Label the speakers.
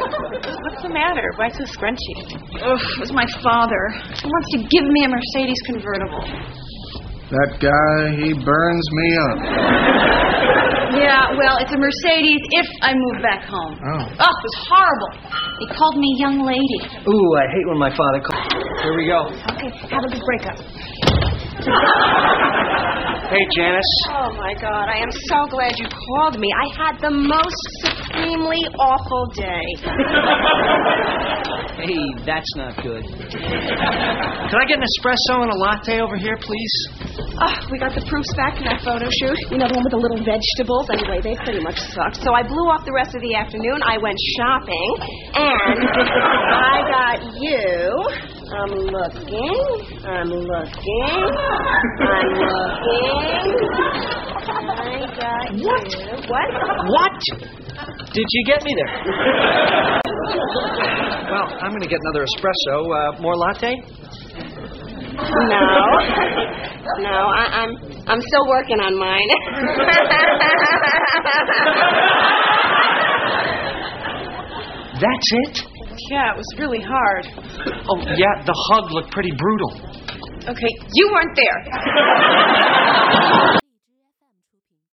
Speaker 1: What's the matter? Why so scrunchy?
Speaker 2: Ugh, it was my father. He wants to give me a Mercedes convertible.
Speaker 3: That guy, he burns me up.
Speaker 2: Yeah, well, it's a Mercedes if I move back home.
Speaker 3: Oh.
Speaker 2: Ugh, it was horrible. They called me young lady.
Speaker 4: Ooh, I hate when my father calls. Here we go.
Speaker 2: Okay, have a good breakup.
Speaker 4: Hey, Janice.
Speaker 2: Oh my God, I am so glad you called me. I had the most supremely awful day.
Speaker 4: Hey, that's not good. Could I get an espresso and a latte over here, please?
Speaker 2: Oh, we got the proofs back from that photo shoot. You know, the one with the little vegetables. Anyway, they pretty much sucked. So I blew off the rest of the afternoon. I went shopping, and I got you. I'm looking. I'm looking. I'm looking. I got what? you. What?
Speaker 4: What? Did you get me there? well, I'm going to get another espresso. Uh, more latte?
Speaker 2: No. No, I, I'm I'm still working on mine.
Speaker 4: That's it?
Speaker 1: Yeah, it was really hard.
Speaker 4: Oh, yeah, the hug looked pretty brutal.
Speaker 2: okay, you weren't there.